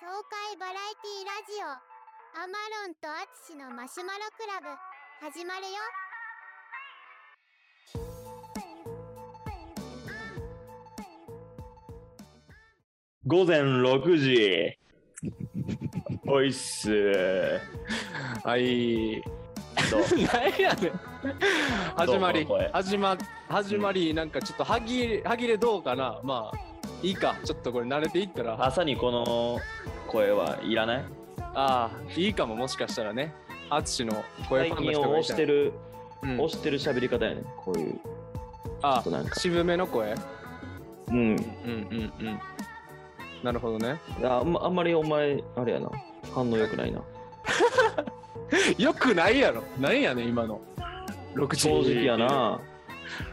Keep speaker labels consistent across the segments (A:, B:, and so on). A: 東海バラエティラジオアマロンとアツシのマシュマロクラブ始まるよ
B: 午前6時。おいっす。はい。どう
C: 何やねん始ま
B: ど
C: り
B: うもこれ
C: 始ま始まりなんかちょっと歯切れ歯切れどうかなまあいいかちょっとこれ慣れていったらあ
B: 朝にこの声はいらない
C: あーいいかももしかしたらね淳の声
B: 最
C: ファン
B: 近
C: の人が
B: 押
C: い
B: したて
C: ら、
B: る、
C: うん
B: 押してる喋り方やねこういう。ちょ
C: あ
B: っとなんか。
C: 渋めの声
B: うん。
C: うんうんうんなるほどね
B: ああんまあんまりお前、あれやな。反応良くないな。
C: よくないやろ何やねん今の6時
B: 正直やな。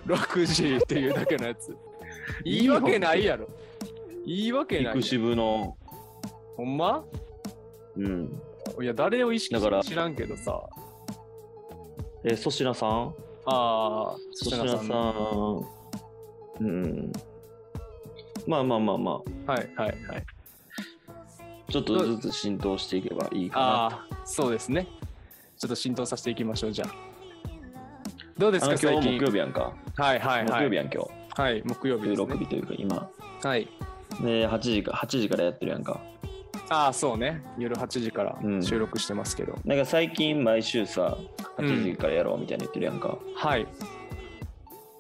C: 6時っていうだけのやつ言い訳ないやろ言い訳ないや
B: 育
C: ろ
B: 渋の。
C: ほんま
B: うん。
C: いや誰を意識し
B: だから
C: て知らんけどさ
B: え、粗品さん
C: ああ、
B: 粗品さん。うん。まあまあまあまあ。
C: はいはいはい。
B: ちょっとずつ浸透していけばいいかな。
C: ああ、そうですね。ちょっと浸透させていきましょう、じゃあ。どうです
B: あの
C: か、最
B: 今日
C: 近
B: 木。曜日やんか。
C: はいはい
B: 木
C: は
B: 曜日
C: い。
B: やん今
C: はい、木曜
B: 日。
C: 日
B: 収
C: です、
B: 録
C: ね。
B: 日というか今。
C: はい。
B: で8時か8時からやってるやんか。
C: ああ、そうね。夜8時から
B: うん
C: 収録してますけど。
B: なんか最近毎週さ
C: うん
B: 8時からやろうみたいに言ってるやんか。
C: はい。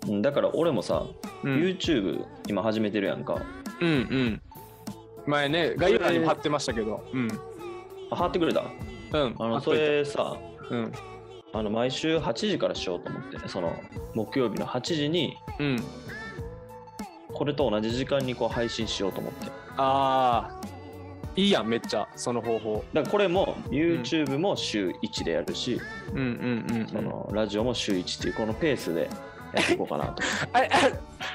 B: うんだから俺もさ、
C: うん、うん、
B: YouTube 今始めてるやんか。
C: うん。前ね、概要欄にも貼ってましたけど。うん。
B: あ貼ってくれた。
C: うん。
B: あ
C: 貼
B: の
C: っ
B: そ
C: といた
B: れさ
C: うん。
B: あの毎週8時からしようと思っててその木曜日の8時に
C: うん。
B: これと同じ時間にこう配信しようと思って。だか
C: ああ、いいやん、めっちゃ、その方法。
B: らこれも YouTube も週1でやるし、
C: うんうんうん、うん。
B: そのラジオも週1っていうこのペースでやっていこうかなと。
C: あれ、 あれ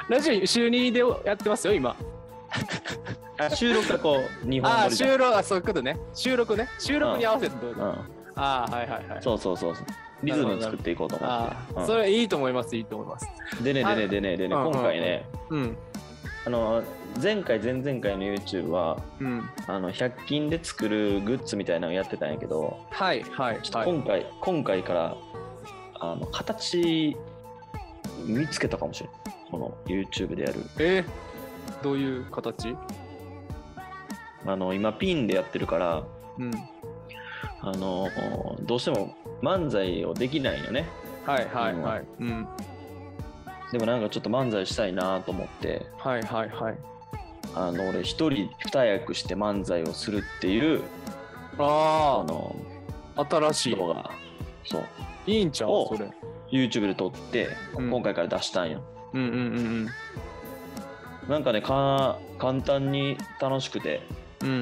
C: ラジオ週2でやってますよ、今。
B: あ収録がこう2本
C: あ
B: 撮
C: あ
B: りじゃん
C: 収録あそういうことね収録ね収録に合わせてどうぞ
B: うん
C: ああはいはいはい
B: そうそうそうそう。リズム作っていこうと思
C: ああ、
B: って
C: そ。れいいと思いますいいと思います
B: うんでねでねでねでね、
C: うんうん
B: 今回ね、
C: うん
B: あの、前回前々回の YouTube は、
C: うん
B: あの、100均で作るグッズみたいなのやってたんやけど、
C: はいはい
B: ちょっ
C: は
B: と
C: い
B: 今回、今回から、あの、形、見つけたかもしれん。この YouTube でやる。
C: えー、どういう形
B: あの、今ピンでやってるから、
C: うん
B: あの、どうしても漫才をできないよね。
C: はいはいはいうん
B: でもなんかちょっと漫才したいなと思って、
C: はいはいはい
B: あの、俺一人二役して漫才をするっていう、あ
C: あ
B: の
C: あ新しい
B: 動画そう
C: いいんちゃう
B: お
C: それ
B: YouTube で撮って、
C: うん
B: 今回から出したんよ
C: うんうんうん
B: なんかねか簡単に楽しくて
C: うんうんう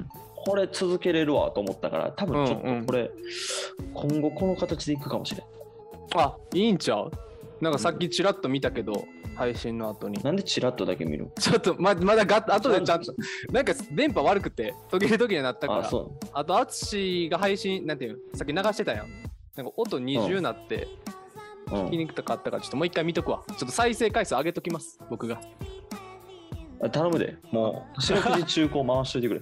C: ん
B: これ続けれるわと思ったから多分ちょっと
C: うんうん
B: これ、今後この形でいくかもしれん
C: あいいんちゃうなんかさっきちらっと見たけど配信の後に
B: なんでチラッとだけ見る
C: ちょっとままだが後でちゃんとなんか電波悪くて途切れ途切れになったから
B: あそ
C: あと、淳が配信、なんていうのさっき流してたやん。なんか音20なって、
B: う、う
C: 聞き
B: ん
C: にくとかあったから、ちょっともう一回見とくわ。ちょっと再生回数上げときます、僕 が。
B: あ、頼むでもう四六時中高回しといて くれ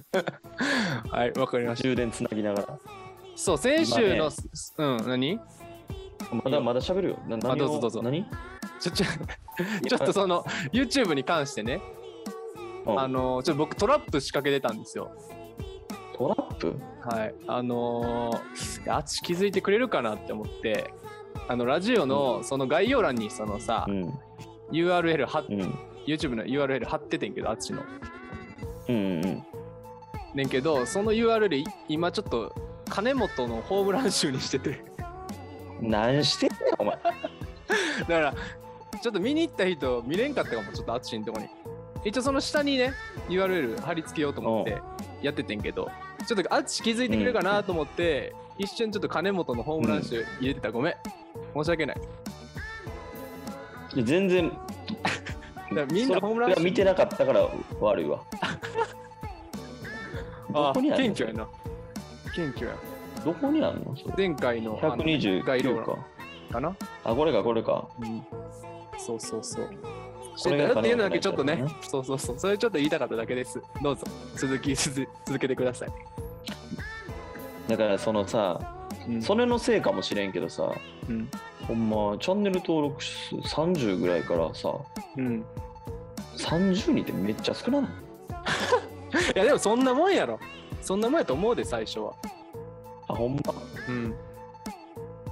C: はい、わかりまし
B: 充電つなぎながら
C: た。そう、先週
B: 今
C: の、
B: ね
C: うん、何
B: まだまだ喋るよな何を
C: あどうぞどうぞ
B: 何
C: ちょ、ちょ、ちょっとその、YouTube に関してね、
B: うん
C: あの、ちょっと僕トラップ仕掛けてたんですよ。
B: トラップ
C: はい。あのー、淳気づいてくれるかなって思って、あの、ラジオの、その概要欄に、そのさ
B: う、ん
C: URL 貼っ
B: うん
C: YouTube の URL 貼っててんけど、淳の。
B: うんうん
C: ねんけどその URL い今ちょっと金本のホームラン集にしてて
B: 何してんねんお前
C: だからちょっと見に行った人見れんかったかもちょっと淳のとこに一応その下にね URL 貼り付けようと思ってやっててんけどちょっと淳気づいてくれるかなと思って、一瞬ちょっと金本のホームラン集入れてた、ごめん申し訳ない
B: いや全然
C: からみんな
B: それ
C: ホームラン
B: が見てなかったから悪いわど
C: あ
B: こにある
C: 謙
B: の
C: 虚やな謙虚や
B: どこにあるのそれ
C: 前回のあの概要
B: 129
C: 欄
B: か
C: かな、
B: あこれかこれか
C: うん、そうそうそう知ってたよっていうのだけちょっとね
B: これが彼女のね
C: そうそうそうそれちょっと言いたかっただけですどうぞ続き続続けてください、
B: だからそのさ
C: うん
B: それのせいかもしれんけどさ
C: うん
B: ほんまチャンネル登録数30ぐらいからさ
C: うん、
B: 30人ってめっちゃ少なない
C: いやでもそんなもんやろそんなもんやと思うで最初は
B: あほんま
C: うん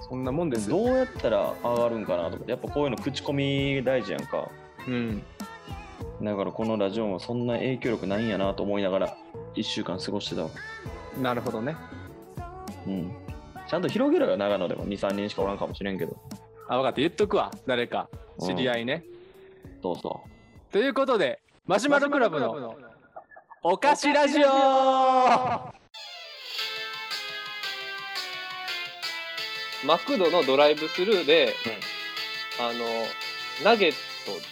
C: そんなもんです
B: どうやったら上がるんかなと思ってやっぱこういうの口コミ大事やんか
C: うん
B: だからこのラジオもそんな影響力ないんやなと思いながら1週間過ごしてたわ
C: なるほどね
B: うんちゃんと広げろよ長野でも23人しかおらんかもしれんけど
C: あ分かった言っとくわ誰か知り合いね、
B: どうぞ
C: ということでマシュマロクラブのお菓子ラジオ
D: マクドのドライブスルーで、あの、ナゲッ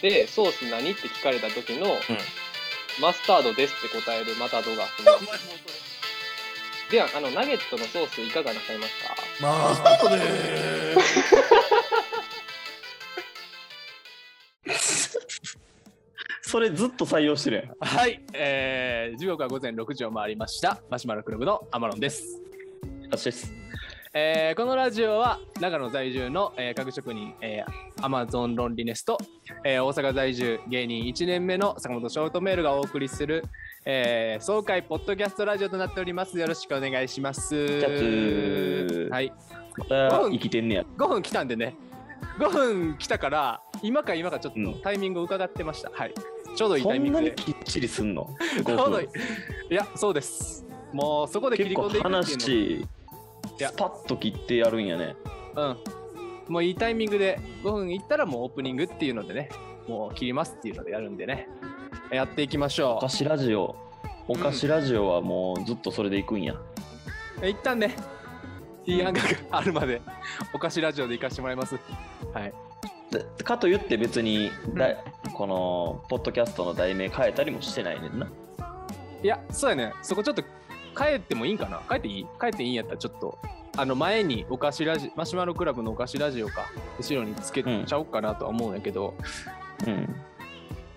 D: トでソース何って聞かれた時の、マスタードですって答えるマタドがあってます。では、あの、ナゲットのソースいかがなさいますか
E: マスタードでーす。
B: それずっと採用してるやん
C: はい、えー、時刻は午前6時を回りましたマシュマロクラブのアマロンです
B: あっしです
C: えーこのラジオは長野在住の、えー家具職人、えー、アマゾンロンリネスと、えー大阪在住芸人1年目の坂本ショートメールがお送りする、えー、爽快ポッドキャストラジオとなっておりますよろしくお願いします
B: ャツ
C: はい
B: また生きてんねや
C: 5分来たんでね5分来たから今か今かちょっ
B: うん
C: とタイミングを伺ってました、はいちょうどいい
B: そ
C: タイミ
B: ん
C: ン
B: な
C: グ
B: に
C: で
B: きっちりすんの
C: ちょうどいい
B: 5
C: いやそうですもうそこで切
B: 結
C: り
B: 構
C: 込んでいくっていうの
B: 話し
C: いや
B: スパッと切ってやるんやね
C: うん。もういいタイミングで5分いったらもうオープニングっていうのでね、もう切りますっていうのでやるんでね、やっていきまし
B: お
C: ょ
B: 菓子ラジオお菓子ラジオはもうずっとそれでいくんや、
C: う。一旦ね、いい案があるまで、お菓子ラジオで行かしてもらいます。はい。
B: でかといって別にだ、このポッドキャストの題名変えたりもしてないねんない
C: や、そうやね、そこちょっと帰ってもいいんかな帰っていい帰っていいんやったらちょっと、あの前にお菓子ラジマシュマロクラブのお菓子ラジオか、後ろにつけちゃおうかなとは思うんやけど、
B: うん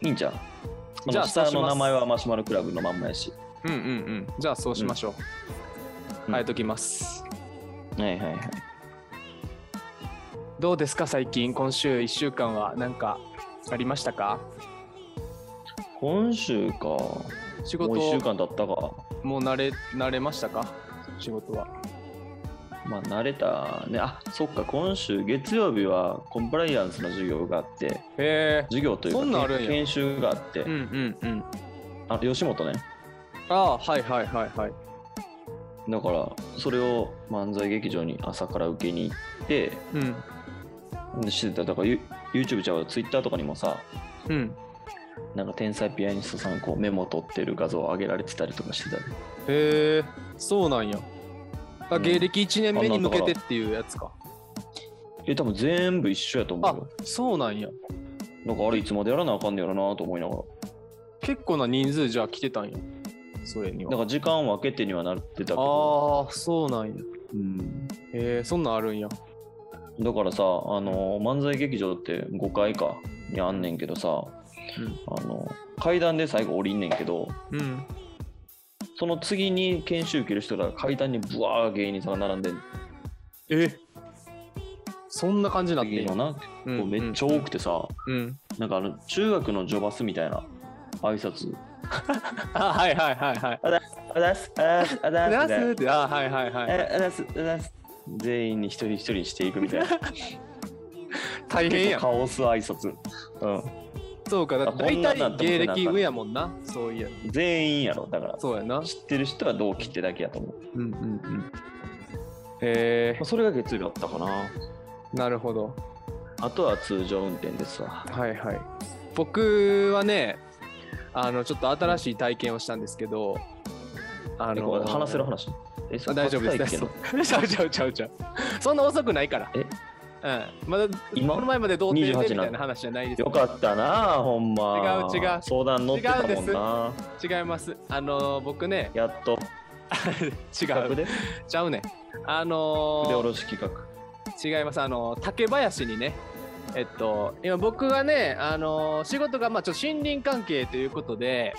B: いいんじゃん
C: じ
B: じ
C: ゃ
B: ゃ
C: あ
B: あ
C: そう
B: 下
C: します
B: の名前はマシュマロクラブのまんまやし
C: うんうんうん。じゃあそうしましょう。
B: うん
C: 変えときます。
B: はいはいはい
C: どうですか最近今週1週間は何かありましたか
B: 今週かも
C: 仕
B: う
C: 事
B: 1週間経ったか
C: もう慣れ慣れましたか仕事は
B: まあ慣れたねあそっか今週月曜日はコンプライアンスの授業があって
C: へ
B: 授業という
C: そんなんあ
B: か
C: るんや
B: 研修があって、
C: えうんうんうん
B: あ吉本ね
C: ああはいはいはいはい
B: だからそれを漫才劇場に朝から受けに行って
C: うん
B: でしてただからユ YouTube ちゃうわ Twitter とかにもさ
C: うん
B: なんか天才ピアニストさんこうメモ取ってる画像を上げられてたりとかしてたり
C: へえそうなんやあ
B: うん
C: 芸歴1年目に向けてっていうやつか
B: え多分全部一緒やと思
C: あ
B: うよ
C: そうなんや
B: なんかあれいつまでやらなあかんねやろなと思いながら
C: 結構な人数じゃあ来てたんやそれに
B: だ
C: は
B: から時間を分けてにはなってたけど、
C: ああそうなんや
B: うん、
C: へえそんなんあるんや
B: だからさあの漫才劇場って5階かにあんねんけどさ、
C: うん
B: あの階段で最後降りんねんけど
C: うん
B: その次に研修受ける人らが階段にブワー芸人さんが並んでん
C: えそんな感じになって
B: 次
C: ん
B: の
C: の
B: な、こうめっちゃ多くてさ、
C: うん
B: なんかあの中学の序バスみたいな挨拶
C: あ はいはいはいはい。
B: あだすあだすあだ
C: ナ
B: す
C: スってあはいはいはい。
B: え、ラス、ラス。全員に一人一人にしていくみたいな。
C: 大変やん
B: カ。オス挨拶。う
C: そうか、だって大
B: あこんなん
C: 体
B: なって
C: 芸歴上やもんな。そういや。
B: ん。全員やろ、だから。
C: そうやな。
B: 知ってる人は同期ってだけやと思う。
C: うんうんうん。へえ
B: まあ、それが月曜日あったかな。
C: なるほど。
B: あとは通常運転ですわ。
C: はいはい。僕はね、あの、ちょっと新しい体験をしたんですけど、あ
B: あ
C: の、
B: 話せる話。え、そ
C: あ
B: れ
C: 大丈夫で
B: 初体
C: す。
B: 験
C: ちゃうちゃうちゃうちゃう。そんな遅くないから。
B: え
C: うん。まだ、
B: 今
C: この前まで童貞で
B: 28
C: みたいな話じゃないです
B: のよかったなあ、ほんま。
C: 違う違う
B: 相談乗ってたもんな。
C: た。違います。あの、僕ね、
B: やっと
C: 違
B: 企画
C: う。
B: で
C: ちゃうねん。あのー
B: 腕下ろし企画。
C: 違いますあの竹林にねえっと、今僕がね、あのー仕事がまあちょっと森林関係ということで、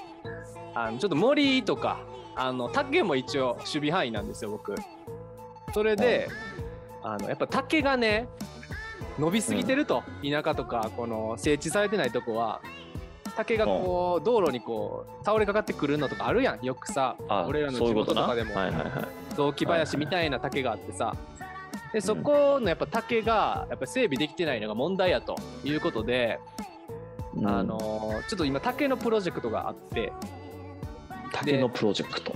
C: あのちょっと森とか、あの竹も一応守備範囲なんですよ、僕。それで、あのやっぱ竹がね、伸びすぎてると、田舎とか、この整地されてないとこは、竹がこう、道路にこう倒れかかってくるのとかあるやん、よくさ、
B: あ
C: 俺らの
B: そうい
C: 地
B: うこと
C: 元と
B: な
C: か
B: は
C: で
B: い
C: も。
B: はいはい
C: 雑木林みたいな竹があってさでそこのやっぱ竹がやっぱ整備できてないのが問題やということで、
B: うん
C: あのーちょっと今竹のプロジェクトがあって
B: 竹のプロジェクト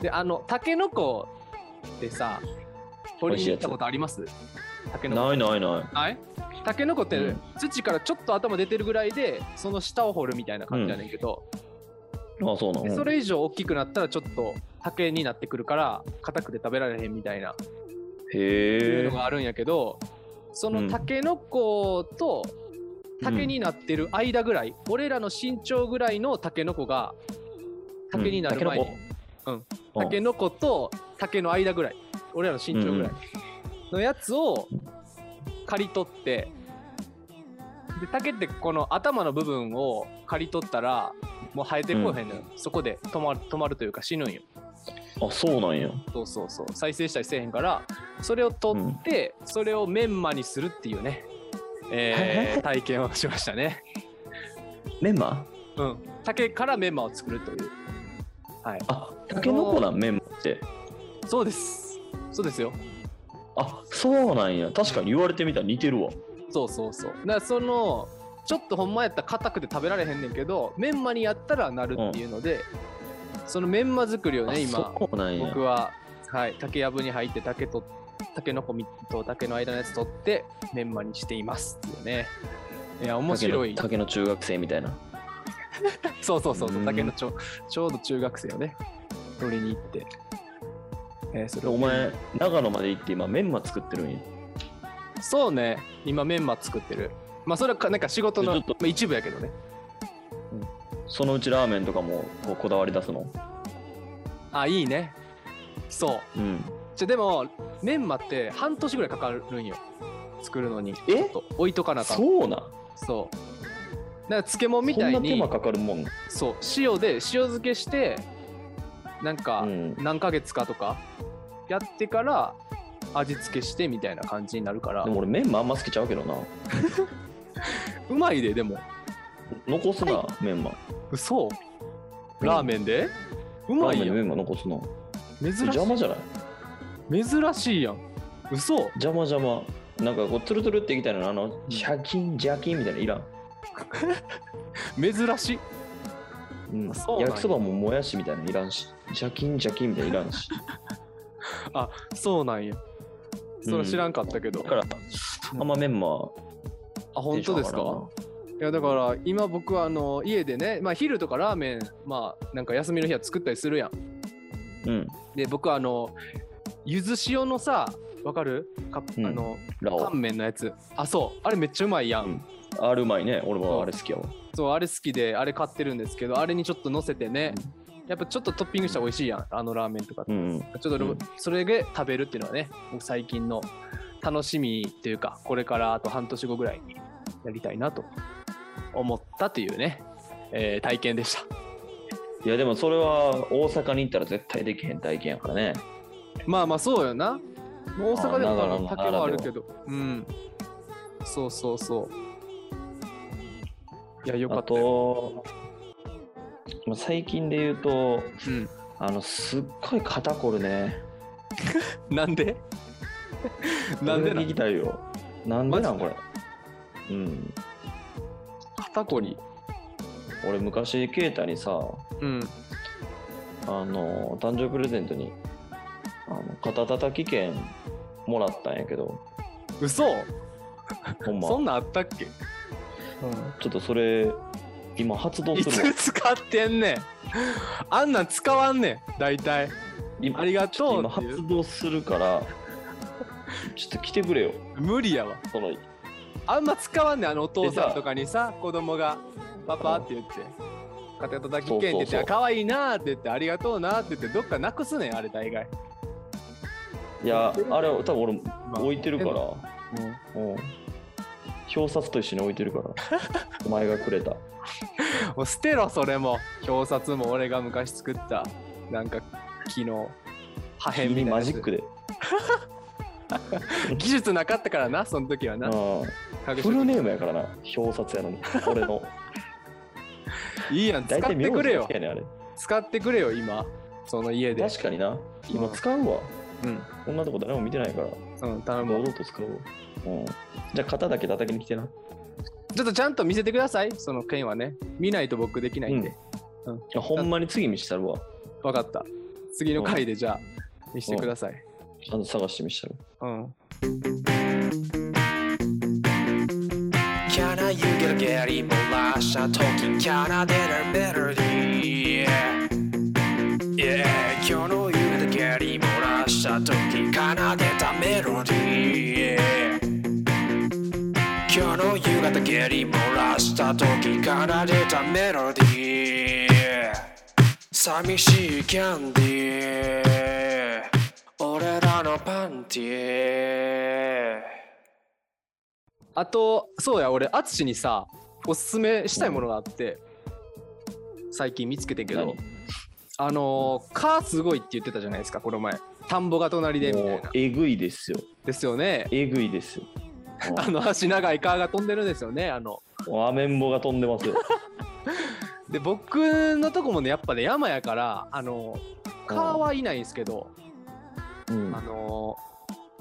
C: であの竹の子ってさ取りに行ったことあります竹の子
B: ないないない
C: はいタケノコって、
B: うん
C: 土からちょっと頭出てるぐらいでその下を掘るみたいな感じやねんけど、
B: あそうな
C: で
B: の
C: それ以上大きくなったらちょっと竹になってくるから硬くて食べられへんみたいなってい
B: へ
C: う
B: え
C: のがあるんやけど、そのタケノコと竹になってる間ぐらい、俺らの身長ぐらいのタケノコが竹になる前に、タケノコと竹の間ぐらい俺らの身長ぐらいのやつを刈り取ってで竹ってこの頭の部分を刈り取ったらもう生えてこうへんのよ、そこで止まる止まるというか死ぬんよ
B: あそうなんや
C: そうそうそう再生したりせえへんからそれを取って、それをメンマにするっていうね、えー体験をしましたね、
B: メンマ
C: うん、竹からメンマを作るという
B: あ竹の子なメンマって
C: そうですそうですよ
B: あそうなんや確かに言われてみたら似てるわ
C: そうそうそうだからそのちょっとほんまやったら硬くて食べられへんねんけどメンマにやったらなるっていうので、そのメンマ作りを
B: あ
C: ね今
B: そうなんや
C: 僕は、はい、竹やぶに入って竹と竹のこみと竹の間のやつ取ってメンマにしていますっていうねいや面白い
B: 竹の竹の中学生みたいな
C: そうそうそうそうう、
B: ん
C: 竹のちょちょうど中学生をね、取りに行って。えーそれを
B: お前長野まで行って今メンマ作ってるんや
C: そうね、今メンマ作ってる。まあそれはかなんか仕事の
B: ちょっと
C: まあ一部やけどね。
B: そのうちラーメンとかもこうこだわり出すの
C: あ、いいね。そう。
B: うん
C: じゃでも、メンマって半年ぐらいかかるんよ。作るのに。
B: え
C: ちょっと置いとかなあかん
B: そうなん
C: そう。だから漬物み
B: そ
C: た
B: ん
C: い
B: な手
C: に
B: 間かかるもん
C: そう塩で塩漬けしてなんか
B: うん
C: 何ヶ月かとかやってから味付けしてみたいな感じになるから
B: でも俺メンマあんま好きちゃうけどな
C: うまいででも
B: 残すな、メンマ
C: 嘘
B: うん
C: ラーメンで、う
B: ラ
C: ま
B: ー
C: い
B: メン
C: や
B: のメ
C: ん
B: ンマ残すな
C: 珍し
B: 邪魔じゃない
C: い珍しいやん嘘
B: 邪魔邪魔なんかこうツルツルっていきたいのにあのシャキンジャキンみたいないらん、
C: 珍しい
B: うん
C: あそうなんや
B: 焼きそばももやしみたいなのいらんしジャキンジャキンみたいなのいらん し
C: そうなんやそれは知らんかったけど、
B: だからあんまメンマ
C: あ本当ですかいやだから今僕はあの家でね、まあ、昼とかラーメンまあなんか休みの日は作ったりするやん
B: うん
C: で僕はあのゆず塩のさわかるカッ
B: う
C: プ
B: ん
C: あの
B: ラオ
C: 乾麺のやつあそうあれめっちゃうまいやん、
B: うんあるうまいね俺もあれ好きやわ
C: そうあれ好きであれ買ってるんですけどあれにちょっと乗せてね、やっぱちょっとトッピングしたら美味しいやんあのラーメンとかって
B: うんうん
C: ちょっと、
B: うん
C: それで食べるっていうのはね、僕最近の楽しみというか、これからあと半年後ぐらいにやりたいなと思ったというね、えー体験でした。
B: いやでもそれは大阪に行ったら絶対できへん体験やからね
C: まあまあそうよな。もう大阪でも
B: あ長
C: 多分
B: 野
C: 竹はあるけど、うん。そうそうそう。いや、よか
B: あ
C: ったよ。
B: とまあ最近で言うと
C: うん、
B: あのすっごい肩こるね
C: なん でなんで
B: こ
C: な
B: れ聞きたいよなんでなんこ
C: マジ
B: れうん
C: 肩こり。
B: 俺昔ケイタにさ
C: うん。
B: あの誕生日プレゼントにあの肩たたき券もらったんやけど
C: 嘘、
B: ほんま
C: そんなんあったっけ
B: ちょっとそれ今発動
C: い
B: するわ
C: つ使ってんねん。あんなん使わんねん、大体。
B: 今
C: ありが
B: ちょ
C: と
B: っと今
C: うっていう
B: 発動するからちょっと来てくれよ
C: 無理やわ。
B: その
C: あんま使わんねん、あのお父さんとかにさ、子供がパパって言って。肩叩き券って言っ
B: そうそうそう
C: て、かわいいなーって言って、ありがとうなーって言って、どっかなくすねん、あれ大概。
B: いやあれ多分俺置いてるから
C: うん
B: うん表札と一緒に置いてるから お前がくれた
C: もう捨てろそれも表札も俺が昔作ったなんか木の破片みた
B: 君
C: いな
B: マ
C: やつ
B: ジックで
C: 技術なかったからなその時はな
B: う
C: 隠
B: ん
C: しと
B: フ
C: く
B: ルネームやからな表札やのに俺 の
C: いいやん使
B: 大
C: っ
B: 体
C: て
B: 名
C: く
B: 字
C: れ
B: だ
C: よ
B: けやねんあれ
C: 使ってくれよ今その家で
B: 確かにな今使うわ
C: うん
B: こんなとこ誰も見てないから
C: うん頼む
B: 堂々と使うわうんじゃあ肩だけ叩きに来てな
C: ちょっとちゃんと見せてくださいその剣はね見ないと僕できないんで、
B: あほんまに次見したるわ
C: わかった次の回でじゃあ見せてください
B: ちゃんと探してみしたる
C: うん、
F: Can I you get a Gary Molasha talking Can I get a melody? Yeah, can I you get a Gary Molasha talking Can I get a melody? Can I you get a Gary Molasha talking Can I get a melody? 寂しいキャンディー俺らのパンティー
C: あとそうや俺淳にさおすすめしたいものがあって、最近見つけてんけど
B: 何
C: あのー「蚊すごい」って言ってたじゃないですかこの前田んぼが隣でみた
B: も
C: いうな
B: えぐいですよ
C: ですよね
B: えぐい ですようん
C: あの足長い蚊が飛んでるんですよねあの
B: もうアメンボが飛んでますよ
C: で僕のとこもねやっぱね山やからあの蚊はいないんですけど
B: うん
C: あのー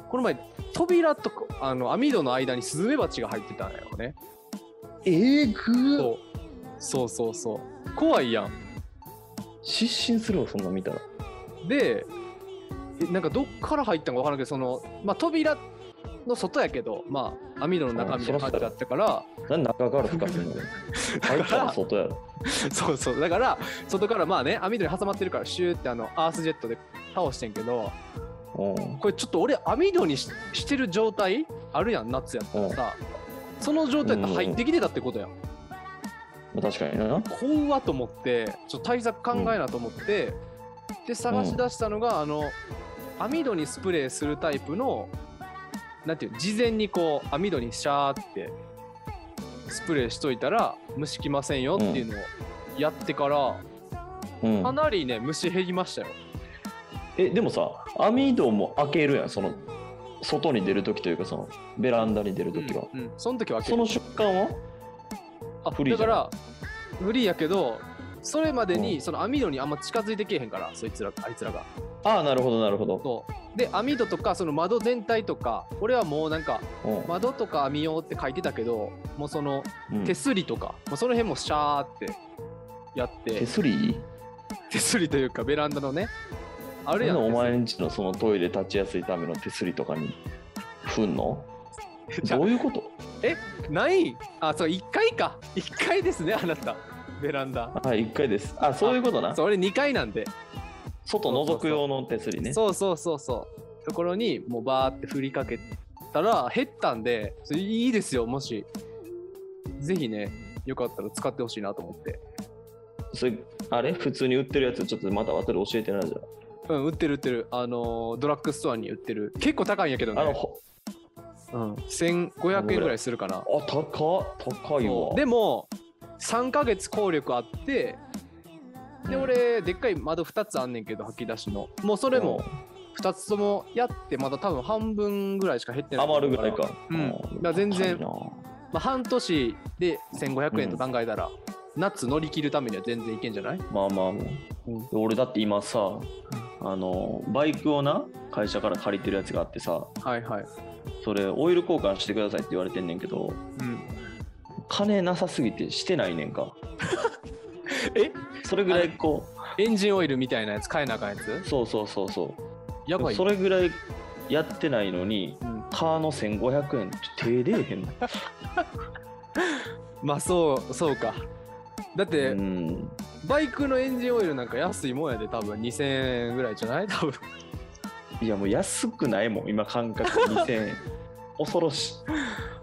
C: この前扉とかあの網戸の間にスズメバチが入ってたんやろね
B: えぐー
C: そうそうそうそう怖いやん
B: 失神するわそんなん見たら
C: でえなんかどっから入ったんか分からんけどその、まあ、扉の外やけど、まあ、網戸の中みたいな感じだったから
B: なんで中から深す んの入ったら外やろ
C: そうそうだから外からまあね網戸に挟まってるからシューってあのアースジェットで倒してんけど
B: うん
C: これちょっと俺網戸にししてる状態あるやん夏やったらさその状態で入ってきてたってことやん
B: まあ確かにな
C: 怖っと思ってちょっと対策考えなと思って、で探し出したのが、あの網戸にスプレーするタイプのなんていう事前にこう網戸にシャーってスプレーしといたら虫来ませんよっていうのをやってから、
B: うん
C: かなりね虫減りましたよ
B: えでもさ網戸も開けるやんその外に出る時というかそのベランダに出る時は、
C: うん、うんその時は開け
B: そ
C: る
B: の瞬間は
C: あ
B: フリー
C: だ
B: じゃ
C: か
B: ない
C: ら無理やけどそれまで
B: う
C: に
B: ん
C: その網戸にあんま近づいてけえへんからそいつらあいつらが
B: ああなるほどなるほど、
C: そうで網戸とかその窓全体とか俺はもうなんか
B: うん
C: 窓とか網用って書いてたけどもうその
B: うん
C: 手すりとか、もうその辺もシャーってやっ
B: 手
C: て
B: すり
C: 手すりというかベランダのねあ
B: あ
C: る
B: れ
C: やん
B: のお前んちのそのトイレ立ちやすいための手すりとかにふんの
C: じゃあ
B: どういうこと
C: ないあそう1階か1階ですねあなたベランダ
B: はい1回ですあそういうことな
C: そう俺2階なんで、
B: 外覗く用の手すりね
C: そうそうそうそうところにもうバーって振りかけたら減ったんでそれいいですよもしぜひねよかったら使ってほしいなと思って
B: それあれ普通に売ってるやつちょっとまた後で教えてなじゃ
C: うん売ってる売ってるあのードラッグストアに売ってる結構高いんやけどね
B: ああのほ
C: うん、1500円ぐらいするかな。
B: あ高っ高い
C: そう
B: わ
C: でも3ヶ月効力あってで俺でっかい窓2つあんねんけど吐き出しのもうそれも2つともやってまだ多分半分ぐらいしか減ってない
B: 余るぐらいか
C: うんだから全
B: 高
C: 然
B: いな
C: まあ、半年で1500円と考えたら、夏乗り切るためには全然いけんじゃない
B: まあまあもう、
C: うん
B: 俺だって今さあのバイクをな会社から借りてるやつがあってさ
C: はいはい、
B: それオイル交換してくださいって言われてんねんけど
C: うん、
B: 金なさすぎてしてないねんか
C: え
B: それぐらいこ
C: エンジンオイルみたいなやつ買えなあかんやつ
B: うそうそうそうそう
C: やばい
B: それぐらいやってないのに
C: うん
B: カーの1500円手出えへんの
C: まあそうそうかだって、
B: うん
C: バイクのエンジンオイルなんか安いもんやで多分2000円ぐらいじゃ ない多分
B: いやもう安くないもん今感覚2000円 恐ろし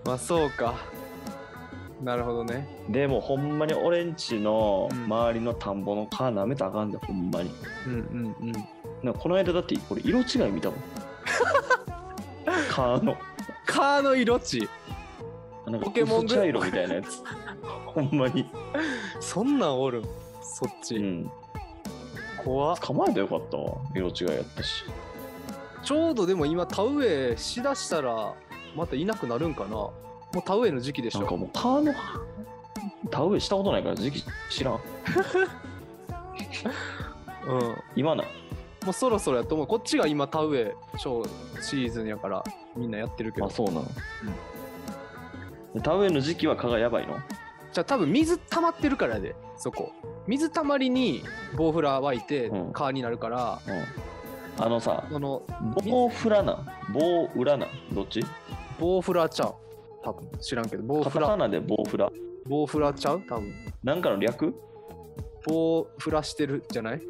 C: まあそうかなるほどね
B: いでもほんまに俺んちの
C: うん
B: 周りの田んぼのカーなめたらあかんでほんまに
C: うんうんうん
B: なんかこの間だってこれ色違い 見たもんカーの
C: カーの色地
B: なんか
C: ポケモン
B: 薄
C: ぐ
B: 茶色みたいなやつ ほんまに、
C: そんなんおるんそっ
B: う
C: ち、
B: ん、
C: 怖っ
B: 構えてよかったわ色違いやったし
C: ちょうどでも今田植えしだしたらまたいなくなるんかなもう田植えの時期でし
B: なんか
C: ょ
B: もう川の田植えしたことないから時期知らん
C: うんも
B: 今な
C: うそろそろやと思うこっちが今田植え超シーズンやからみんなやってるけど
B: あそうなの、で田植えの時期は蚊がやばいの
C: じゃあ多分水溜まってるからやでそこ水溜まりにボウフラ湧いて
B: うん
C: 川になるから、
B: うんあのさ
C: その
B: 棒フラな棒裏などっち
C: ボウフラちゃう多分知らんけどボウ
B: カ
C: フ
B: タ
C: ラ
B: カナで棒フラ
C: ボウフラちゃう多分
B: なんかの略
C: 棒を振らしてるじゃない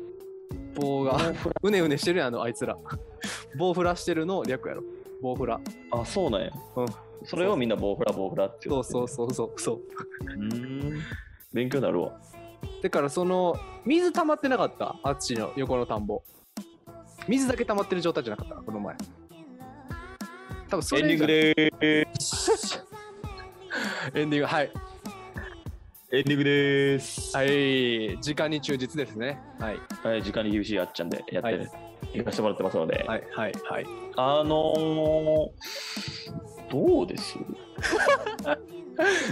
C: 棒
B: 棒
C: が
B: フ
C: うねうねしてるやんあのあいつら 棒振らしてるの略やろ棒振ら
B: ラあそうなんや、
C: うん
B: それをみんな棒フラ棒フラって言
C: そう
B: って
C: そうそうそうそう
B: ーん勉強になるわ
C: うだからその水溜まってなかったあっちの横の田んぼ水だけ溜まってる状態じゃなかったこの前多分そ
B: エ
C: れ
B: ンディング
C: じ
B: でー
C: ゃないエンディングはい
B: エンディングでーす
C: はい、時間に忠実ですね。はい、
B: はい時間に厳しいあっちゃんでやってる、行かせてもらってますので、
C: はい、はい、はい。
B: あのー、どうです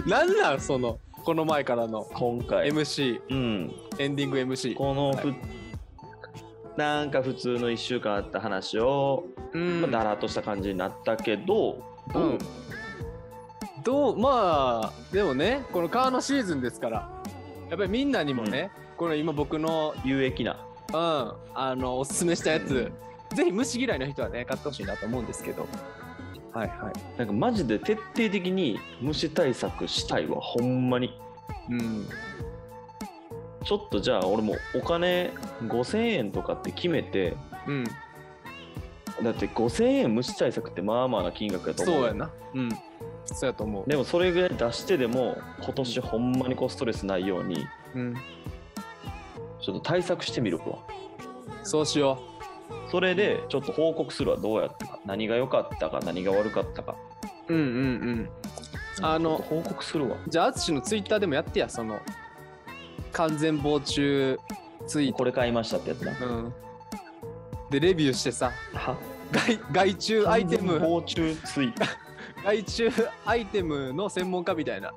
C: なんなん、その、この前からの
B: 今回、
C: MC、
B: うん
C: エンディング MC。
B: このふ、なんか普通の1週間あった話を、
C: うん
B: まあだらっとした感じになったけど、どう
C: うんどう、まあ、でもね、この川のシーズンですから、やっぱりみんなにもね、この今僕の、
B: 有益な
C: うん、あの、おすすめしたやつ、ぜひ虫嫌いの人はね、買ってほしいなと思うんですけど。はい、はい。
B: なんかマジで徹底的に虫対策したいわほんまに
C: うん、
B: ちょっとじゃあ俺もお金5000円とかって決めて
C: うん、
B: だって5000円虫対策ってまあまあな金額やと思う
C: そうやな。うん、そうやと思
B: でもそれぐらい出してでも今年ほんまにこうストレスないように
C: う。うん、
B: ちょっと対策してみるわ
C: そうしよ
B: それでちょっと報告するわどうやったか何が良かったか何が悪かったか
C: う。うん、うん、うん。あの
B: ちょっと報告するわ
C: じゃあ淳のツイッターでもやってやその完全防虫ツイート、
B: これ買いましたってやつな
C: うん、でレビューしてさ
B: は
C: 害害虫アイテム
B: 防虫つい
C: 害虫アイテムの専門家みたいな、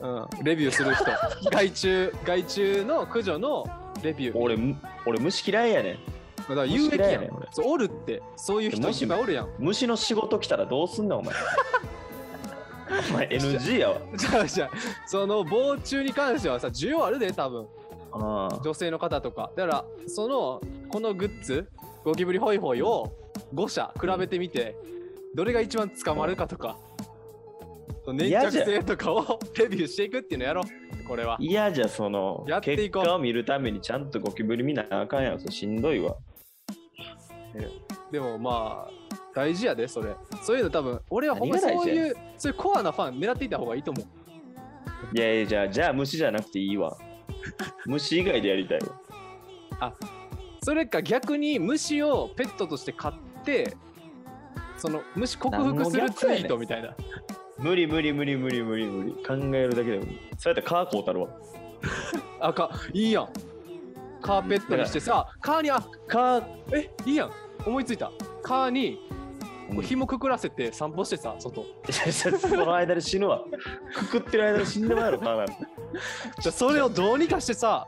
C: うん、レビューす る人害虫害虫の駆除のレビュー
B: 俺む俺虫嫌いやねん
C: だから有益
B: 虫嫌い
C: や
B: や
C: ん
B: ねん俺
C: そうおるってそういう人いっぱいおるやん
B: 虫の仕事来たらどうすんねんお 前お前 NG やわ
C: じゃあじゃあその防虫に関してはさ需要あるで多分
B: ああ
C: 女性の方とかだからそのこのグッズゴキブリホイホイを5社比べてみてどれが一番捕まるかとか粘
B: 嫌
C: 着
B: じゃん
C: 性とかを レビューしていくっていうのやろうこれは
B: 嫌じゃその
C: やってい
B: 結
C: こう
B: 果を見るためにちゃんとゴキブリ見なあかんやろそれしんどいわ
C: でもまあ大事やでそれそういうの多分俺はほんま
B: 何が大
C: そう
B: 事やね
C: い
B: ん
C: うそういうコアなファン狙っていた方がいいと思う
B: いやいやじゃあじゃあ虫じゃなくていいわ虫以外でやりたいわ
C: それか逆に虫をペットとして飼ってその虫克服するツイートみたいな
B: 無理無理無理無理無理無理考えるだけで無理そうやってカーコーたるわ
C: あかいいやんカーペットにしてさカーにあ
B: カー
C: えいいやん思いついたカーに
B: う
C: こうん紐くくらせて散歩してさ外
B: その間で死ぬわくくってる間に死んでもらうやろカーなんて
C: じゃあそれをどうにかしてさ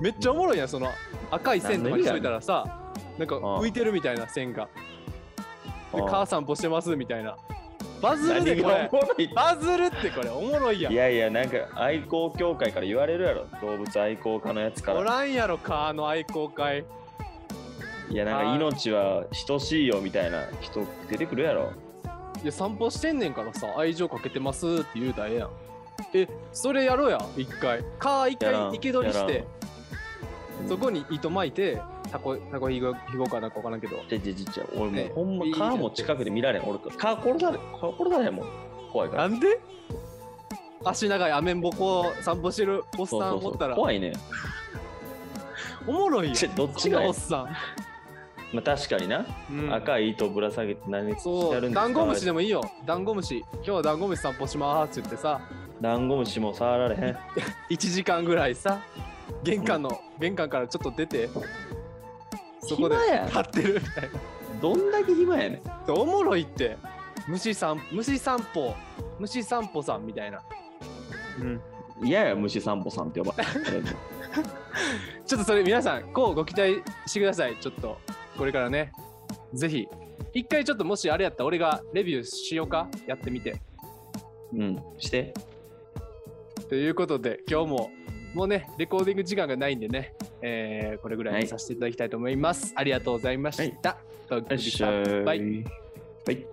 C: めっちゃおもろいやんその赤い線とかにしといたらさなんか浮いてるみたいな線がで
B: ああ
C: 母さん散歩してますみたいなバズるで
B: 何
C: こ
B: が
C: れ
B: おもろい
C: バズるってこれおもろいやん
B: いやいやなんか愛好協会から言われるやろ動物愛好家のやつか
C: お
B: ら
C: らんやろカーの愛好会
B: いやなん
C: あ
B: か
C: ー
B: 命は等しいよみたいな人出てくるやろ
C: いや散歩してんねんからさ愛情かけてますって言うたらええやんえそれやろうや一回カー一
B: やら
C: 回
B: ん
C: 生け捕りし
B: や
C: て
B: らん
C: そこに糸巻いてタコタコひごひごかなんかわからんけど
B: じゃじゃじゃじゃ俺も
C: ね
B: うほんま
C: いいじゃん
B: カーも近くで見られん俺カー殺されカー殺されへんもん怖いから
C: なんで足長いアメンボこう散歩してるおっさ
B: そうんそう
C: お
B: そ
C: った
B: う
C: ら
B: 怖いね
C: おもろいよ
B: ちょどっ
C: こ
B: ち
C: んな
B: が
C: お
B: や
C: っさん
B: まあ、確かにな、
C: うん
B: 赤い糸をぶら下げて何にして
C: そ
B: やるで
C: うん
B: すか
C: ダンゴムシでもいいよダンゴムシ今日はダンゴムシ散歩しまーすって言ってさ
B: ダンゴムシも触られへん
C: 1時間ぐらいさ玄関の玄関からちょっと出てそこで
B: 暇やん
C: 立ってるみたい
B: どんだけ暇やねん
C: なおもろいって虫さん虫散歩虫散歩さんみたいな
B: 嫌や虫散歩さんって 呼ばれて
C: ちょっとそれ皆さんこうご期待してくださいちょっとこれからねぜひ一回ちょっともしあれやったら俺がレビューしようかやってみて
B: うんして
C: ということで今日ももうねレコーディング時間がないんでね、えーこれぐらいにさせていただきたいと思います、ありがとうございました、ト
B: よ
C: ークで
B: っ
C: し
B: したゃー
C: バイ
B: はい